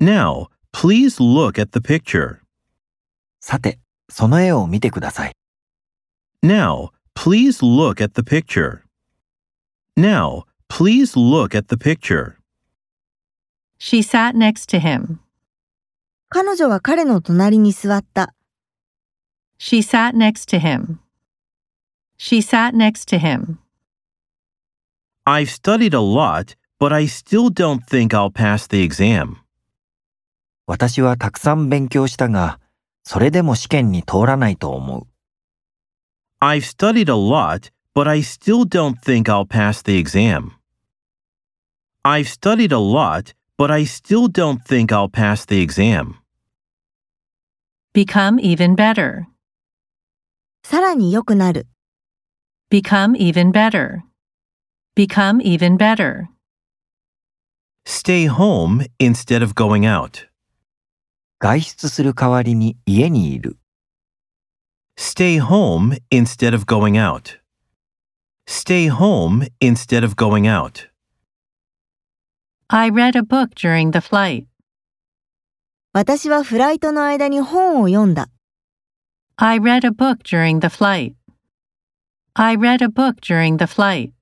Now, please look at the picture. さて、その絵を見てください。 Now, please look at the picture. Now, please look at the picture. She sat next to him. 彼女は彼の隣に座った。 She sat next to him. She sat next to him. I've studied a lot, but I still don't think I'll pass the exam. 私はたくさん勉強したが、それでも試験に通らないと思う。 I've studied a lot, but I still don't think I'll pass the exam. I've studied a lot, but I still don't think I'll pass the exam. Become even better. さらに良くなる。 Become even better. Become even better. Stay home instead of going out. 外出する代わりに家にいる。 Stay home instead of going out. Stay home instead of going out. I read a book during the flight. 私はフライトの間に本を読んだ。 I read a book during the flight. I read a book during the flight.